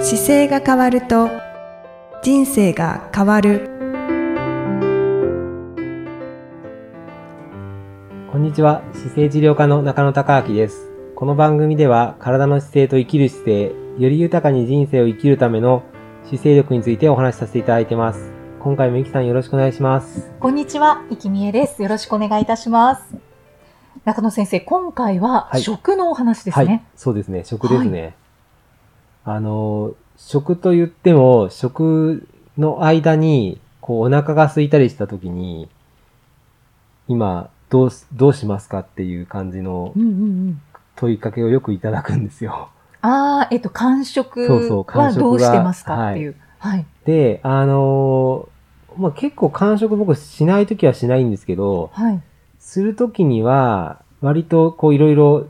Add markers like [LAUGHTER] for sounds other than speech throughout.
姿勢が変わると人生が変わるこんにちは、姿勢治療科の中野隆明です。この番組では、体の姿勢と生きる姿勢、より豊かに人生を生きるための姿勢力についてお話しさせていただいてます。今回もゆきさんよろしくお願いします。こんにちは、いきみえです。よろしくお願いいたします。中野先生、今回ははい食のお話ですはいね。、そうですね、食ですね。あの、食と言っても、食の間に、こう、お腹が空いたりした時に、今、どうす、どうしますかっていう感じのうんうん問いかけをよくいただくんですよ。うん。ああ、えっと、間食そうそう間は食がどうしてますかっていう。はい。で、あのーまあ、結構間食僕しないときはしないんですけど、はい。するときには、割とこういろいろ、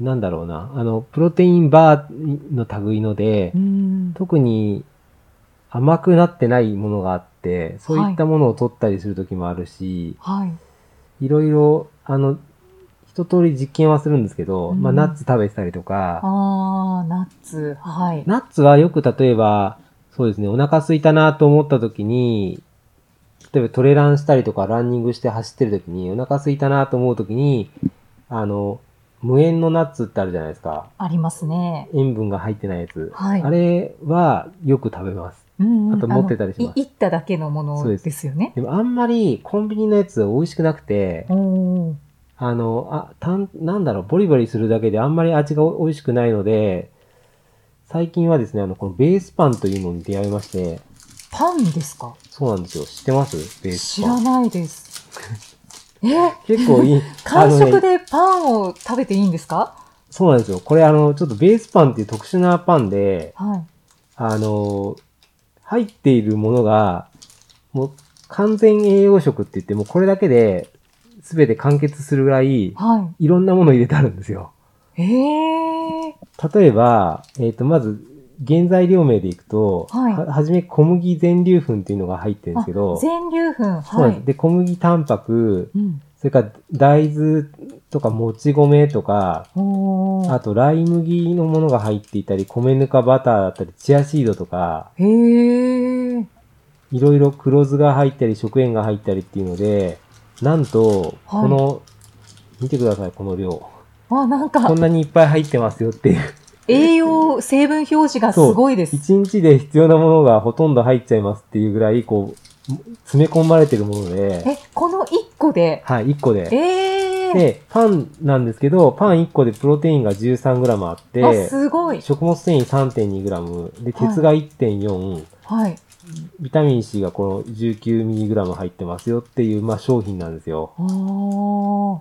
なんだろうな、あの、プロテインバーの類のでう、ん。特に甘くなってないものがあって、そういったものを取ったりするときもあるし、はい。い、ろいろ、あの、一通り実験はするんですけど、うんまあ、ナッツ食べてたりとか、ああ、ナッツ。はい。ナッツはよく例えば、そうですね、お腹空いたなと思った時に、例えばトレランしたりとかランニングして走ってる時に、お腹空いたなと思う時に、あの、無塩のナッツってあるじゃないですか。ありますね。塩分が入ってないやつ。はいあれはよく食べます。うんうんあと持ってたりしますあのいいっただけのもそうでのすですよね。でもあんまりコンビニのやつ美味しくなくて、おーあの、あ、たん、なんだろう、ボリボリするだけであんまり味が美味しくないので、最近はですね、あの、このベースパンというのに出会いまして、パンですかそうなんですよ。知ってますベース知パン。らな [LAUGHS] いです。え結構 [LAUGHS] いい。間あの食ねでパンを食べていいんですかそうなんですよ。これあの、ちょっとベースパンっていう特殊なパンで、はい。あの、入っているものが、もう完全栄養食って言って、もうこれだけで全て完結するぐらい、はい。いろんなものを入れてあるんですよ。ええ例えば、えっ、と、まず、原材料名でいくと、はいはじめ小麦全粒粉っていうのが入ってるんですけど、全粒粉、そうなはんですい。で、小麦タンパク、うん。それから大豆とかもち米とか、おあー。と、ライ麦のものが入っていたり、米ぬかバターだったり、チアシードとか、へえ。いろいろ黒酢が入ったり、食塩が入ったりっていうので、なんと、はいこの、見てください、この量。あ、なんこかん、なにいっぱい入ってますよっていう。栄養成分表示がすごいです。一日で必要なものがほとんど入っちゃいますっていうぐらい、こう、詰め込まれてるもので、え、この1個で、はい、1個で。ええで、パンなんですけど、パン1個でプロテインが 13g あっあ、て、すごい。食物繊維 3.2g、で、鉄が1.4、はい。ビタミン C がこの 19mg 入ってますよっていう、まあ、商品なんですよ。おー。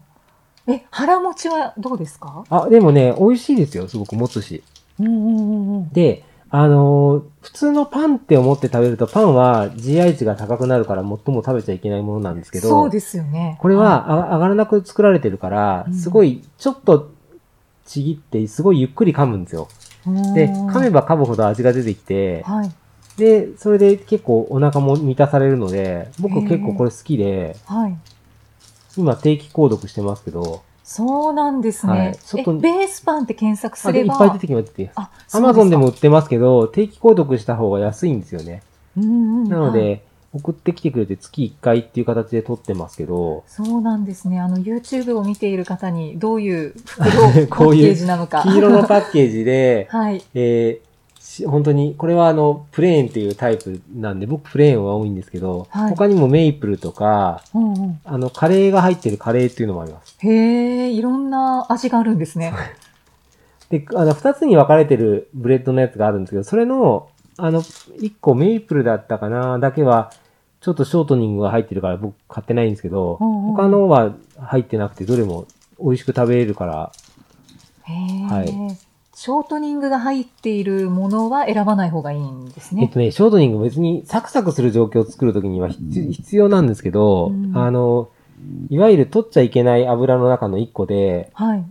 え、腹持ちはどうですかあ、でもね、美味しいですよ。すごく持つし。うんうんうんうん。で、あのー普通のパンって思って食べると、パンは GI 値が高くなるから最も食べちゃいけないものなんですけど、そうですよね。これはあ上がらなく作られてるからう、んすごいちょっとちぎって、すごいゆっくり噛むんですよ。い、で、うーん噛めば噛むほど味が出てきて、はい。で、それで結構お腹も満たされるので、僕結構これ好きで、はい。今定期購読してますけど、そうなんですね。はいちょっとえ、ベースパンって検索すあでれいっば。ぱい出てきますっていう。あ、アそうマすかゾンでも、売ってますけど、定期購読した方が安いんですよね。うんうんうんなのはいで、送ってきてくれて月1回っていう形で撮ってますけど、そうなんですね。あの、YouTube を見ている方に、ど [LAUGHS] ういう袋こパうッいうケージなのか。黄色のパッケージで、はい。えーし本当に、これはあの、プレーンっていうタイプなんで、僕プレーンは多いんですけど、はい他にもメイプルとか、うんうん、あの、カレーが入ってるカレーっていうのもあります。へえ、いろんな味があるんですね。で、あの、二つに分かれてるブレッドのやつがあるんですけど、それの、あの、一個メイプルだったかな、だけは、ちょっとショートニングが入ってるから僕買ってないんですけど、うんうん他のは入ってなくて、どれも美味しく食べれるから、へえ、はいショートニングが入っているものは選ばない方がいいんですえっね。とね、ショートニング別にサクサクする状況を作るときには必必要なんですけど、うんあの、いわゆる取っちゃいけない油の中の一個で、はい。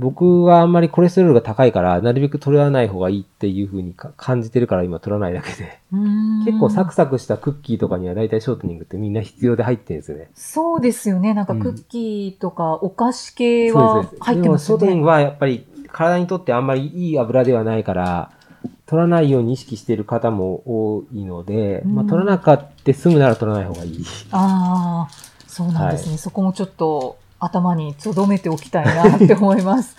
僕はあんまりコレステロールが高いから、なるべく取らない方がいいっていうふうにか感じてるから今取らないだけで。うーん結構サクサクしたクッキーとかには大体ショートニングってみんな必要で入ってるんですよね。そうですよね。なんかうんクッキーとかお菓子系そうはです。入っでてもまシすョよートニンね。グはやっぱり体にとってあんまりいい油ではないから、取らないように意識している方も多いので、うんまあ、取らなかって済むなら取らない方がいい。ああ、そうなんですね、はそこもちょっと頭に留めておきたいなって思い [LAUGHS] ます。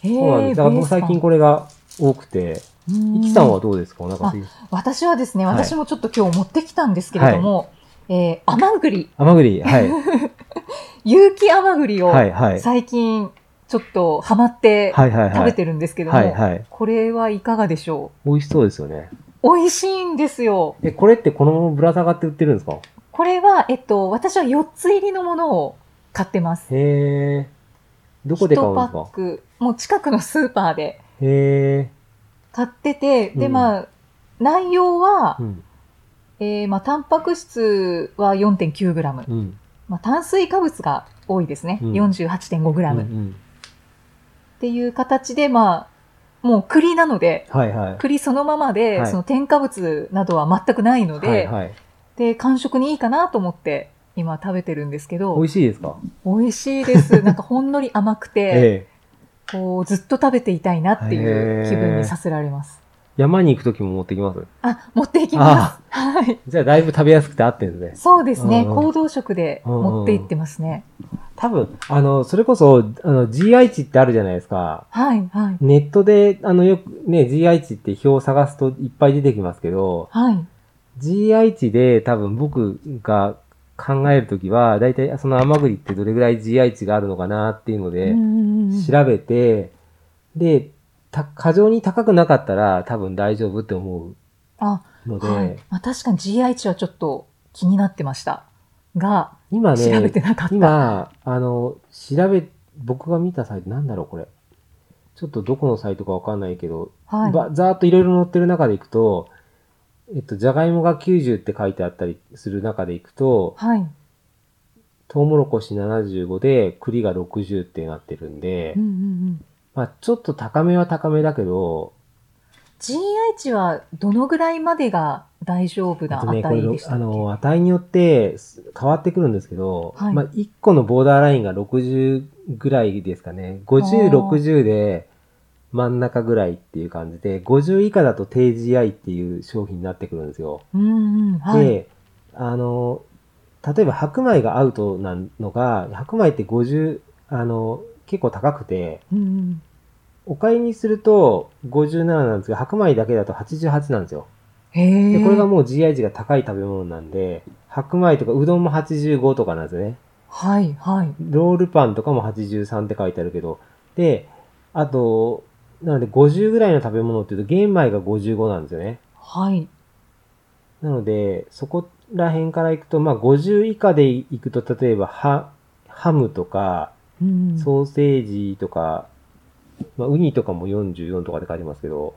へそうなんでえ、す。だから僕最近これが多くて、ベース感イキさんはどうですかお腹すいて。私はですね、はい私もちょっと今日持ってきたんですけれども、えー、甘栗、甘栗、はい。有機甘栗をはい、はい。最近ちょっとハマってはい、はい、食はべい。てるんですけども、はい、はい。これはいかがでしょ美味しそうですよね。う美味しいんですよ。え、これってこのままぶら下がって売ってるんですかこれは、えっと、私は4つ入りのものを買ってます。へえ。どこで買うんです1パかック、もう近くのスーパーでへえ。買ってて、で、うんまあ、内容はう、ん、えーまあ、タンパク質は 4.9g、うん。まあ、炭水化物が多いですね。うん 48.5g、うんうっん。ていう形で、まあ、もう栗なので、はい、はい。栗そのままで、はいその添加物などは全くないので、はい、はい。で、感触にいいかなと思って、今食べてるんですけ美ど、味しいですか美味し [LAUGHS] いです。なんかほんのり甘くて、ええ。こう、ずっと食べていたいなっていへうー気分にさせられます。山に行くときも持ってきますあ、持っていきます。はい。じゃあだいぶ食べやすくて合ってるんですね。そうですね。うんうん行動食で持っていってますね。多分、あの、それこそ、あの、GI 値ってあるじゃないですか。はい、はい。ネットで、あの、よくね、GI 値って表を探すといっぱい出てきますけど、はい。 GI 値で多分僕が考えるときは、だいたいその甘栗ってどれぐらい GI 値があるのかなっていうのでうん、うんうん調べて、で、た過剰に高くなかったら多分大丈夫って思あ、うので、はい。まあ、確かに GI 値はちょっと気になってました。が、今ね、調べてなかった。今、あの、調べ、僕が見たサイト、なんだろう、これ。ちょっとどこのサイトかわかんないけど、はい。ばざーっといろいろ載ってる中でいくと、えっと、じゃがいもが90って書いてあったりする中でいくと、はい。トウモロコシ75で栗が60ってなってるんでうんう、んうんまあちょっと高めは高めだけど、 GI 値はどのぐらいまでが大丈夫あなとね、これ値でし、たあっけ、の、値によってす変わってくるんですけど、はいまあ、1個のボーダーラインが60ぐらいですかね。50、あー60で真ん中ぐらいっていう感じで、50以下だと低 GI っていう商品になってくるんですよ。うんうん、はい。で、あの、例えば白米がアウトなのが、白米って50、あの、結構高くて、うんうん、お買いにすると57なんですが、白米だけだと88なんですよ。へえ。でこれがもう GI 値が高い食べ物なんで、白米とかうどんも85とかなんですよね。はい、はい。ロールパンとかも83って書いてあるけど、で、あと、なので50ぐらいの食べ物っていうと玄米が55なんですよね。はい。なので、そこら辺からいくと、まあ50以下でいくと、例えばハハムとか、うんうん、ソーセージとか、まあウニとかも44とかって書いてますけど、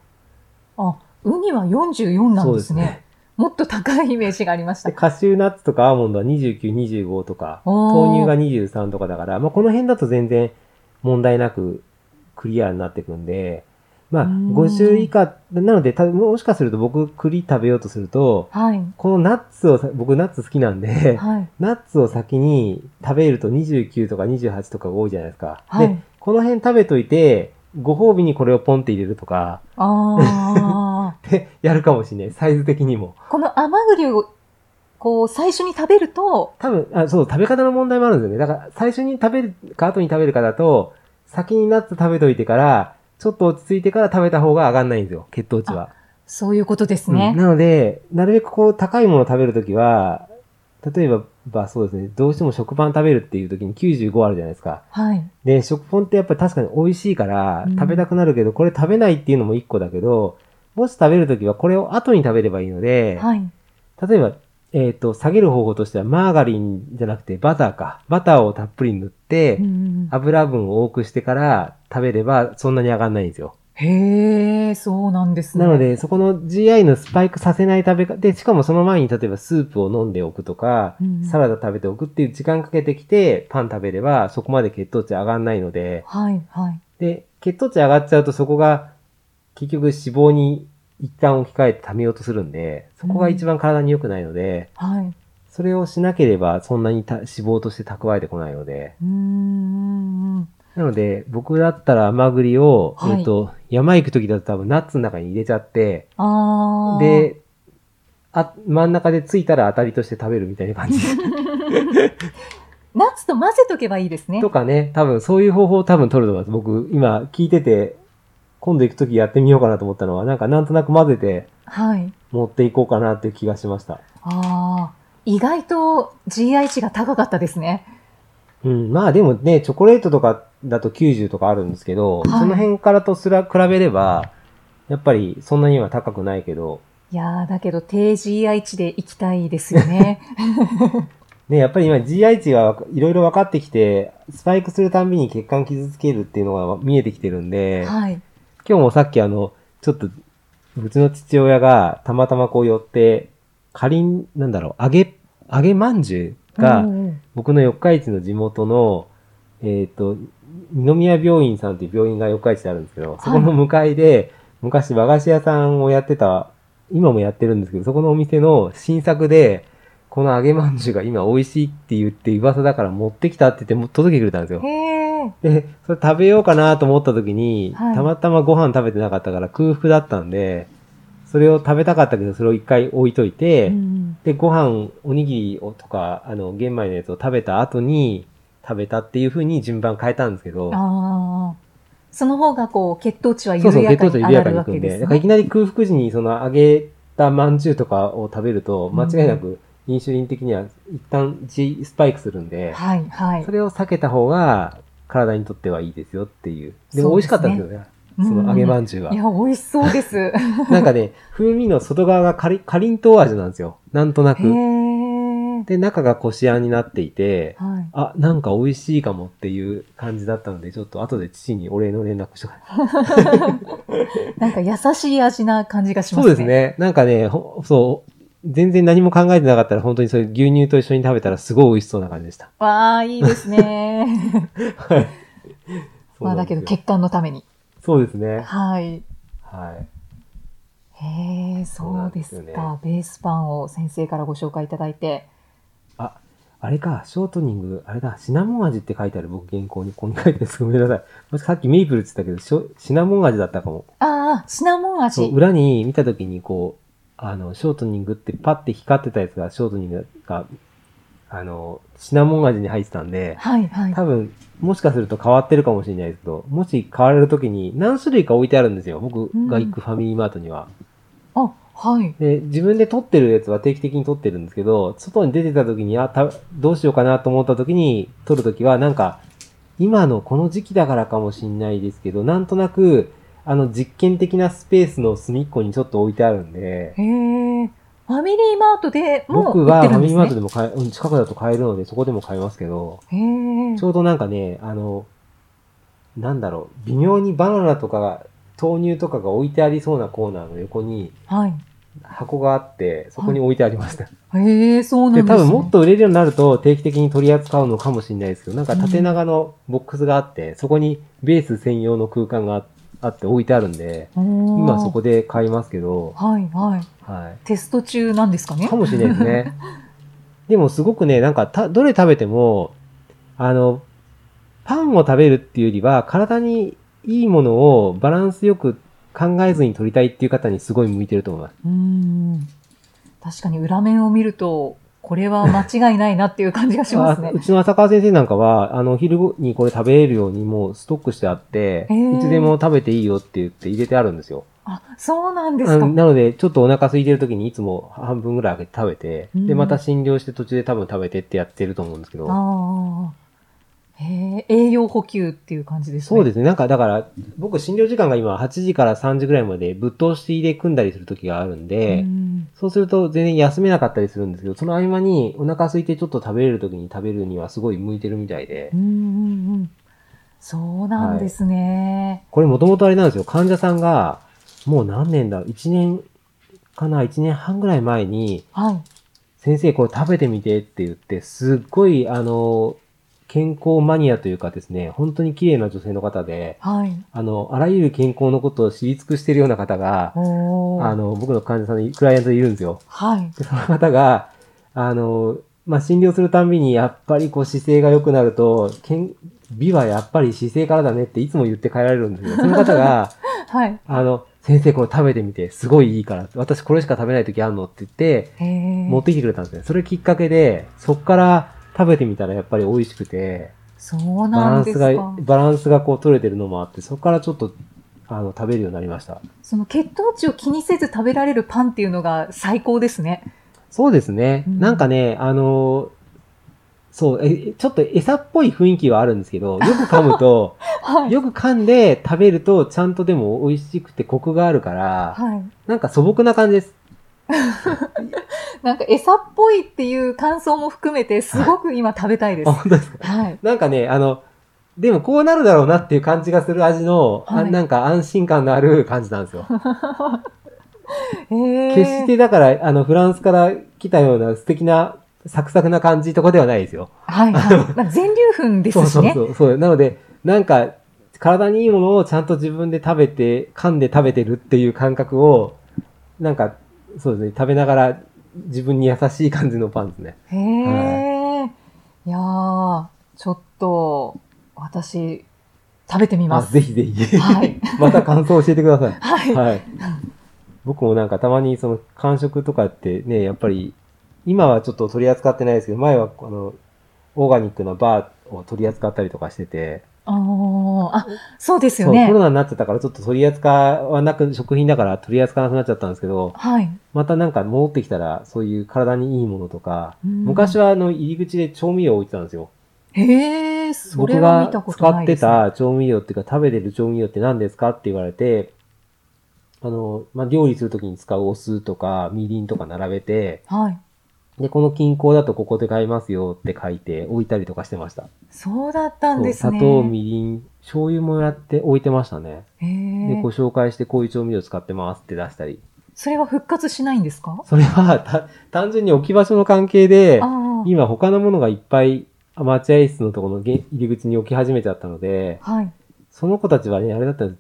あ、ウニは44なんですね。。もっと高いイメージがありましたで、。カシューナッツとかアーモンドは29、25とか、おー豆乳が23とかだから、まあ、この辺だと全然問題なくクリアになってくんで、まあ、うん50以下、なので、たもしかすると僕、栗食べようとすると、はい。このナッツをさ、僕ナッツ好きなんで、はい。ナッツを先に食べると29とか28とかが多いじゃないですか。はで、い。この辺食べといて、ご褒美にこれをポンって入れるとか、あ [LAUGHS] で、やるかもしれない。サイズ的にも。あ。この甘栗を、こう、最初に食べると、多分、あ、そう、食べ方の問題もあるんですよね。だから、最初に食べるか、後に食べるかだと、先にナッツ食べといてから、ちょっと落ち着いてから食べた方が上がんないんですよ、血糖値は。そういうことですうんね。なので、なるべくこう、高いものを食べるときは、例えば、まあそうですね、どうしても食パン食べるっていうときに95あるじゃないですか。はい。で、食パンってやっぱり確かに美味しいからうん食べたくなるけど、これ食べないっていうのも一個だけど、もし食べるときはこれを後に食べればいいので、はい。例えば、えっ、と、下げる方法としては、マーガリンじゃなくてバターか。バターをたっぷり塗って、うんうんうん油分を多くしてから食べれば、そんなに上がんないんですよ。へえ、そうなんですね。なので、そこの GI のスパイクさせない食べ方、で、しかもその前に例えばスープを飲んでおくとか、うん、サラダ食べておくっていう時間かけてきて、パン食べれば、そこまで血糖値上がんないので、はい、はい。で、血糖値上がっちゃうと、そこが、結局脂肪に一旦置き換えて溜めようとするんで、そこが一番体に良くないので、はい。それをしなければそんなにた脂肪として蓄えてこないので、うーん。なので、僕だったら甘栗を、はいえっと、山行く時だと多分ナッツの中に入れちゃって、ああ。、で、あ、真ん中でついたら当たりとして食べるみたいな [LAUGHS] 感じ。ナッツと混ぜとけばいいですね。とかね、多分そういう方法を多分取ると思います。僕、今聞いてて、今度行く時やってみようかなと思ったのは、なんかなんとなく混ぜてはい。持っていこうかなっていう気がしました。ああ。意外と GI 値が高かったですね。うん、まあでもね、チョコレートとかだと90とかあるんですけど、はいその辺からとすら比べれば、やっぱりそんなには高くないけど、いやー、だけど低 GI 値で行きたいですよね。ね、やっぱり今 GI 値がいろいろ分かってきて、スパイクするたんびに血管傷つけるっていうのが見 [LAUGHS] えてきてるんで、はい。今日もさっきあの、ちょっと、うちの父親がたまたまこう寄って、かりん、なんだろう、揚げ、揚げまんじゅうが、うんうん僕の四日市の地元の、えっ、と、二宮病院さんっていう病院が四日市であるんですけど、そこの向かいで、昔和菓子屋さんをやってた、今もやってるんですけど、そこのお店の新作で、この揚げまんじゅうが今美味しいって言って噂だから持ってきたって言っても届けてくれたんですよ。へえ。で、それ食べようかなと思った時に、はいたまたまご飯食べてなかったから空腹だったんで、それを食べたかったけど、それを一回置いといて、うんで、ご飯、おにぎりをとか、あの、玄米のやつを食べた後に、食べたっていう風に順番変えたんですけど、ああ。その方がこう、血糖値はそうそう、緩や血か糖に値上緩やかがるにいわくけんでで、すだからいね。きなり空腹時にその揚げたまんじゅうとかを食べると、間違いなくインシュリン的には一旦 G スパイクするんで、はい、はいそ。れを避けた方が体にとってはいいですよっていう。でもそう美味でしすかねったんですよね。その揚げまんじゅうはうん。いや、美味しそうです。 [LAUGHS] へなんかね、風味の外側がかりかりんとう味なんですよ。なんとなく。え。で、中がこしあんになっていて、はい。あ、なんか美味しいかもっていう感じだったので、ちょっと後で父にお礼の連絡しとかないなんか優しい味な感じがしまそすうでね。す。ね。なんかね、ほそう、全然何も考えてなかったら、本当にそういう牛乳と一緒に食べたらすごい美味しそうな感じでした。わあ、いいで [LAUGHS] すね。まあ、だけど結血管のために。そうですね。はい。はい。へえ、そうですそうなんですよか。ベースパンを先生からご紹介いただいて。あ、あれか、ショートニング、あれだ、シナモン味って書いてある、僕原稿に。ここに書いてあるんですごめんなさい。もしさっきメイプルって言ったけどショ、シナモン味だったかも。ああ、シナモンそ味う、。裏に見たときに、こう、あの、ショートニングってパッて光ってたやつが、ショートニングが、あの、シナモン味に入ってたんで、はい、はい。多分、もしかすると変わってるかもしれないですけど、もし買われるときに何種類か置いてあるんですよ。僕が行くファミリーマートには。あ、はい。で、自分で撮ってるやつは定期的に撮ってるんですけど、外に出てた時に、あ、たどうしようかなと思った時に撮る時は、なんか、今のこの時期だからかもしんないですけど、なんとなく、あの、実験的なスペースの隅っこにちょっと置いてあるんで、へえ。ファミリーマートでも僕売っはてフるァんミリですーマーねトで。も買え、うん、近くだと買えるので、そこでも買えますけど、へえち。ょうどなんかね、あの、なんだろう、微妙にバナナとか、豆乳とかが置いてありそうなコーナーの横にはい。箱があって、そこに置いてありました。へえ、そうなで、んで多すね。分もっと売れるようになると定期的に取り扱うのかもしれないですけど、なんか縦長のボックスがあって、そこにベース専用の空間がああって置いてあるんで、今今そこで買いますけど、はいはい。はテスト中なんですかい。ねか。もしれないです [LAUGHS] ね。でもすごくね、なんかた、どれ食べても、あの、パンを食べるっていうよりは、体にいいものをバランスよく考えずに取りたいっていう方にすごい向いてると思います。うーん。確かに裏面を見ると、これは間違いないなっていう感じがしますねあ。うちの浅川先生なんかは、あの、お昼にこれ食べれるようにもうストックしてあって、へーいつでも食べていいよって言って入れてあるんですよ。あ、そうなんですあか。のなので、ちょっとお腹空いてる時にいつも半分ぐらい開けて食べて、うんで、また診療して途中で多分食べてってやってると思うんですけど、ああ。へえ、栄養補給っていう感じですね。。そうですすね。なんかだから、僕診療時間が今8時から3時ぐらいまでぶっ通しで組んだりする時があるんで、そうすると全然休めなかったりするんですけど、その合間にお腹空いてちょっと食べれる時に食べるにはすごい向いてるみたいでう、んうんうん。そうなんですね。これもともとあれなんですよ。患者さんが、もう何年だ ?1 年かな ?1 年半ぐらい前に、はい。先生これ食べてみてって言って、すっごい、あの、健康マニアというかですね、本当に綺麗な女性の方で、はい。あの、あらゆる健康のことを知り尽くしてるような方が、おお。あの、僕の患者さんのクライアントでいるんですよ。はい。でその方が、あの、まあ、診療するたんびに、やっぱりこう姿勢が良くなると、健美はやっぱり姿勢からだねっていつも言って帰られるんですけど、 [LAUGHS] その方が、はい。あの、先生これ食べてみて、すごいいいから、私これしか食べない時あるのって言って、へえ。持ってきてくれたんですね。それきっかけで、そっから食べてみたらやっぱり美味しくて、そうバなラんンでスすか。が、バランスがこう取れてるのもあって、そこからちょっと、あの、食べるようになりました。その血糖値を気にせず食べられるパンっていうのが最高ですね。そうですね。うんなんかね、あの、そう、えちょっと餌っぽい雰囲気はあるんですけど、よ [LAUGHS] く噛むと、はい。よく噛んで食べると、ちゃんとでも美味しくてコクがあるから、はい。なんか素朴な感じです。なんか餌っぽいっていう感想も含めて、すごく今食べたいですあ、。本当ですかはい。なんかね、あの、でもこうなるだろうなっていう感じがする味の、あはいなんか安心感のある感じなんですよ。へえ。決してだから、あの、フランスから来たような素敵な、サクサクな感じとかではないですよ。はいはい。まあ、全粒粉ですしそね。うそうそうそう。なので、なんか、体にいいものをちゃんと自分で食べて、噛んで食べてるっていう感覚を、なんか、そうですね、食べながら自分に優しい感じのパンですね。へえ、い、やー、ちょっと、私、食べてみあ、ます。ぜひぜひ。はい。 [LAUGHS] また感想を教えてください。 [LAUGHS] はい。はい。僕もなんかたまにその感触とかってね、やっぱり、今はちょっと取り扱ってないですけど、前はこの、オーガニックのバーを取り扱ったりとかしてて、あーあ、そうですよそう、コねロ。ナになってたからちょっと取り扱わなく、食品だから取り扱わなくなっちゃったんですけど、はい。またなんか戻ってきたら、そういう体にいいものとか、うん昔はあの、入り口で調味料を置いてたんですよ。へえ、それ僕は見がたこと使なっいでてす、ね。た調味料っていうか食べてる調味料って何ですかって言われて、あの、まあ、料理するときに使うお酢とかみりんとか並べて、はい。で、この均衡だとここで買いますよって書いて置いたりとかしてました。そうだったんそうです砂ね。糖、みりん、醤油もやって置いてましたね。へで、えご。紹介してこういう調味料使ってますって出したり。それは復活しないんですかそれはた単純に置き場所の関係であ、あ。今他のものがいっぱいアマチュア室のところの入り口に置き始めちゃったので、はい。その子たちはね、あれだったんです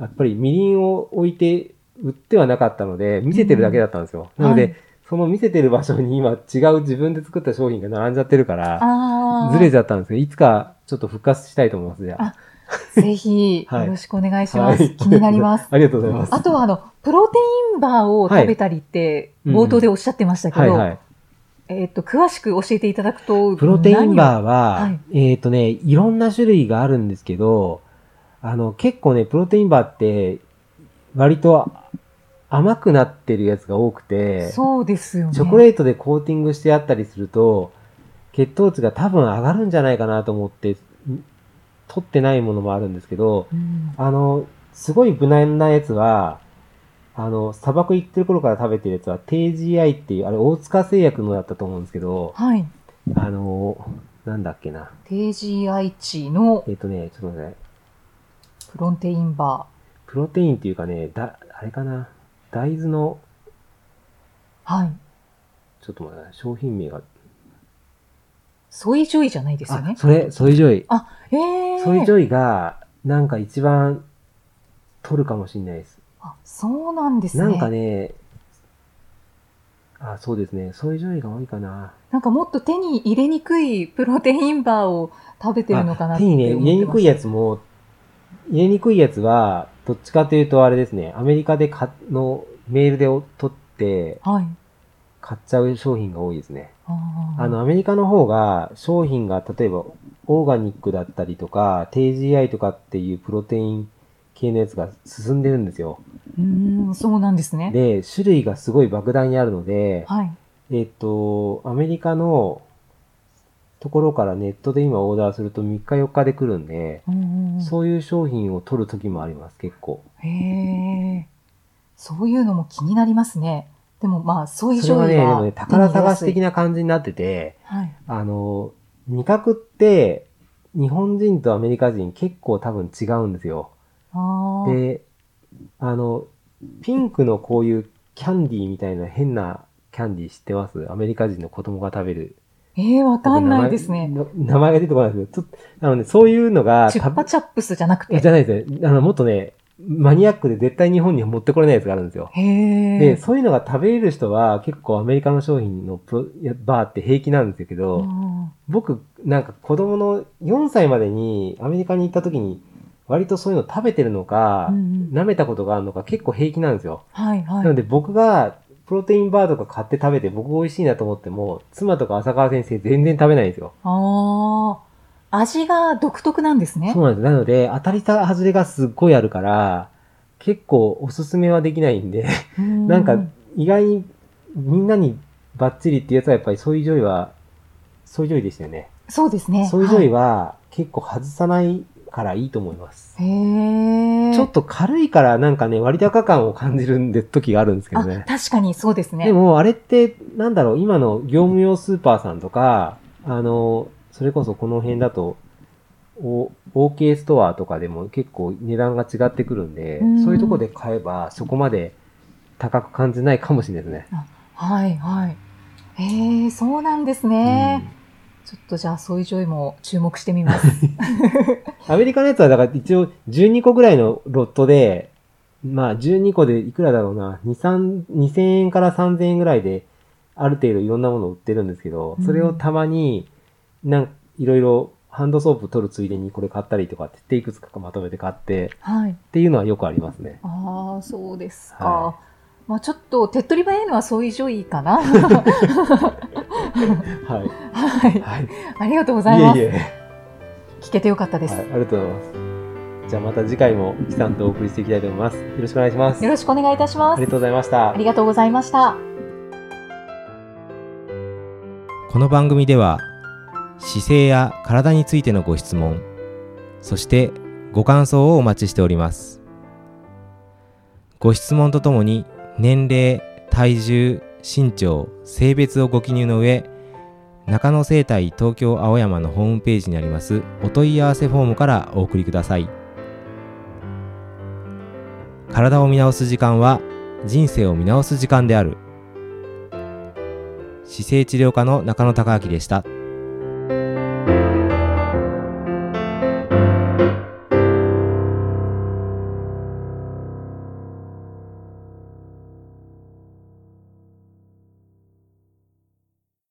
やっぱりみりんを置いて売ってはなかったので、見せてるだけだったんですよ。うんなので、はいその見せてる場所に今違う自分で作った商品が並んじゃってるから、ああ。ずれちゃったんですけど、いつかちょっと復活したいと思います。じゃああぜひ、はいよろしくお願いします。はい気になります。 [LAUGHS] ありがとうございます。あとは、あの、プロテインバーを食べたりって、はいうん冒頭でおっしゃってましたけはいど、はい。えっと、詳しく教えていただくと、プロテインバーは、何をはえっ、とね、いろんな種類があるんですけど、あの、結構ね、プロテインバーって、割と甘くなってるやつが多くて、そうですよね。チョコレートでコーティングしてあったりすると、血糖値が多分上がるんじゃないかなと思って、ん取ってないものもあるんですけど、うんあの、すごい無難なやつは、あの、砂漠行ってる頃から食べてるやつは、低 GI っていう、あれ、大塚製薬のだったと思うんですけど、はい。あの、なんだっけな。低 GI 値のえっ、とね、ちょっとね、プロテインバプロテインっていうかね、だ、あれかな。大豆の、ー。はい。ちょっと待ってね、商品名が。ソイジョイじゃないですよあね、。それ、ソイジョイ。ええー。ソイジョイが、なんか一番、取るかもしれないです。あそうなんですね。なんかね、あ、そうですね。ソイジョイが多いかな。なんかもっと手に入れにくいプロテインバーを食べてるのかなあって手思にってね、ま入れにくいやつも、入れにくいやつは、どっちかというとあれですね、アメリカでか、のメールでお取って、はい。買っちゃう商品が多いですね。あーあの、アメリカの方が商品が例えばオーガニックだったりとか、低 GI とかっていうプロテイン系のやつが進んでるんですよ。うーん、そうなんですね。で、種類がすごい莫大にあるので、はい。えっと、アメリカのところからネットで今オーダーすると3日4日で来るんで、うんうんうんそういう商品を取る時もあります、結構。へえ、そういうのも気になりますね。でもまあ、そういうそれ商はね、品ではもね、宝探し的な。な感じになってて、はい。あの、味覚って、日本人とアメリカ人結構多分違うんですよ。あーで、あの、ピンクのこういうキャンディーみたいな変なキャンディー知ってますアメリカ人の子供が食べる。ええ、わかんないですね。僕名前。名前が出てこないですけど、ちょっと、あのね、そういうのが、チュッパチャップスじゃなくいやて。じゃないですね。あの、もっとね、マニアックで絶対日本に持ってこれないやつがあるんですよ。へえ。で、そういうのが食べれる人は結構アメリカの商品のプロいやバーって平気なんですけど、うん僕なんか子供の4歳までにアメリカに行った時に割とそういうの食べてるのか、うんうん舐めたことがあるのか結構平気なんですよ。はいはない。ので僕がプロテインバーとか買って食べて僕美味しいなと思っても、妻とか浅川先生全然食べないんですよ。ああ、味が独特なんですねそ。うなんです。なので当たりた外れがすっごいあるから、結構おすすめはできないんで、ななんか意外にみんなにバッチリっていうやつはやっぱりソイジョイは、ソイジョイでしたよね。そうですね。ソイジョイはは結構外さないからいいと思います。い。へえ。ちょっと軽いからなんかね、割高感を感じるんで時があるんですけどあね。確かにそうですね。でもあれって、なんだろう、今の業務用スーパーさんとか、あの、それこそこの辺だと、お OK ストアとかでも結構値段が違ってくるんで、うんそういうとこで買えばそこまで高く感じないかもしれないですね。はいはい。へえ、そうなんですね。ちょっとじゃあ、そういうジョイも注目してみます。 [LAUGHS] アメリカのやつはだから一応12個ぐらいのロットで、まあ12個でいくらだろうな、2、3、2000円から3000円ぐらいで、ある程度いろんなものを売ってるんですけどう、んそれをたまに、なんかいろいろハンドソープ取るついでにこれ買ったりとかって言って、いくつかまとめて買ってはい。っていうのはよくありますね。ああ、そうですか。はまあちょっと手っ取り早いのはそういうジョイかな。 [LAUGHS] はい。はい。はい。ありがとうございます。いえいえ。聞けてよかったです。はい。ありがとうございます。じゃあまた次回も、キさんとお送りしていきたいと思います。よろしくお願いします。よろしくお願いいたしまあすり。がとうございましたあ。りがとうございました。この番組では姿勢や体についてのご質問そしてご感想をお待ちしておりますご質問とともに年齢体重身長性別をご記入の上中野生態東京青山のホームページにありますお問い合わせフォームからお送りください体を見直す時間は人生を見直す時間である姿勢治療科の中野孝明でした。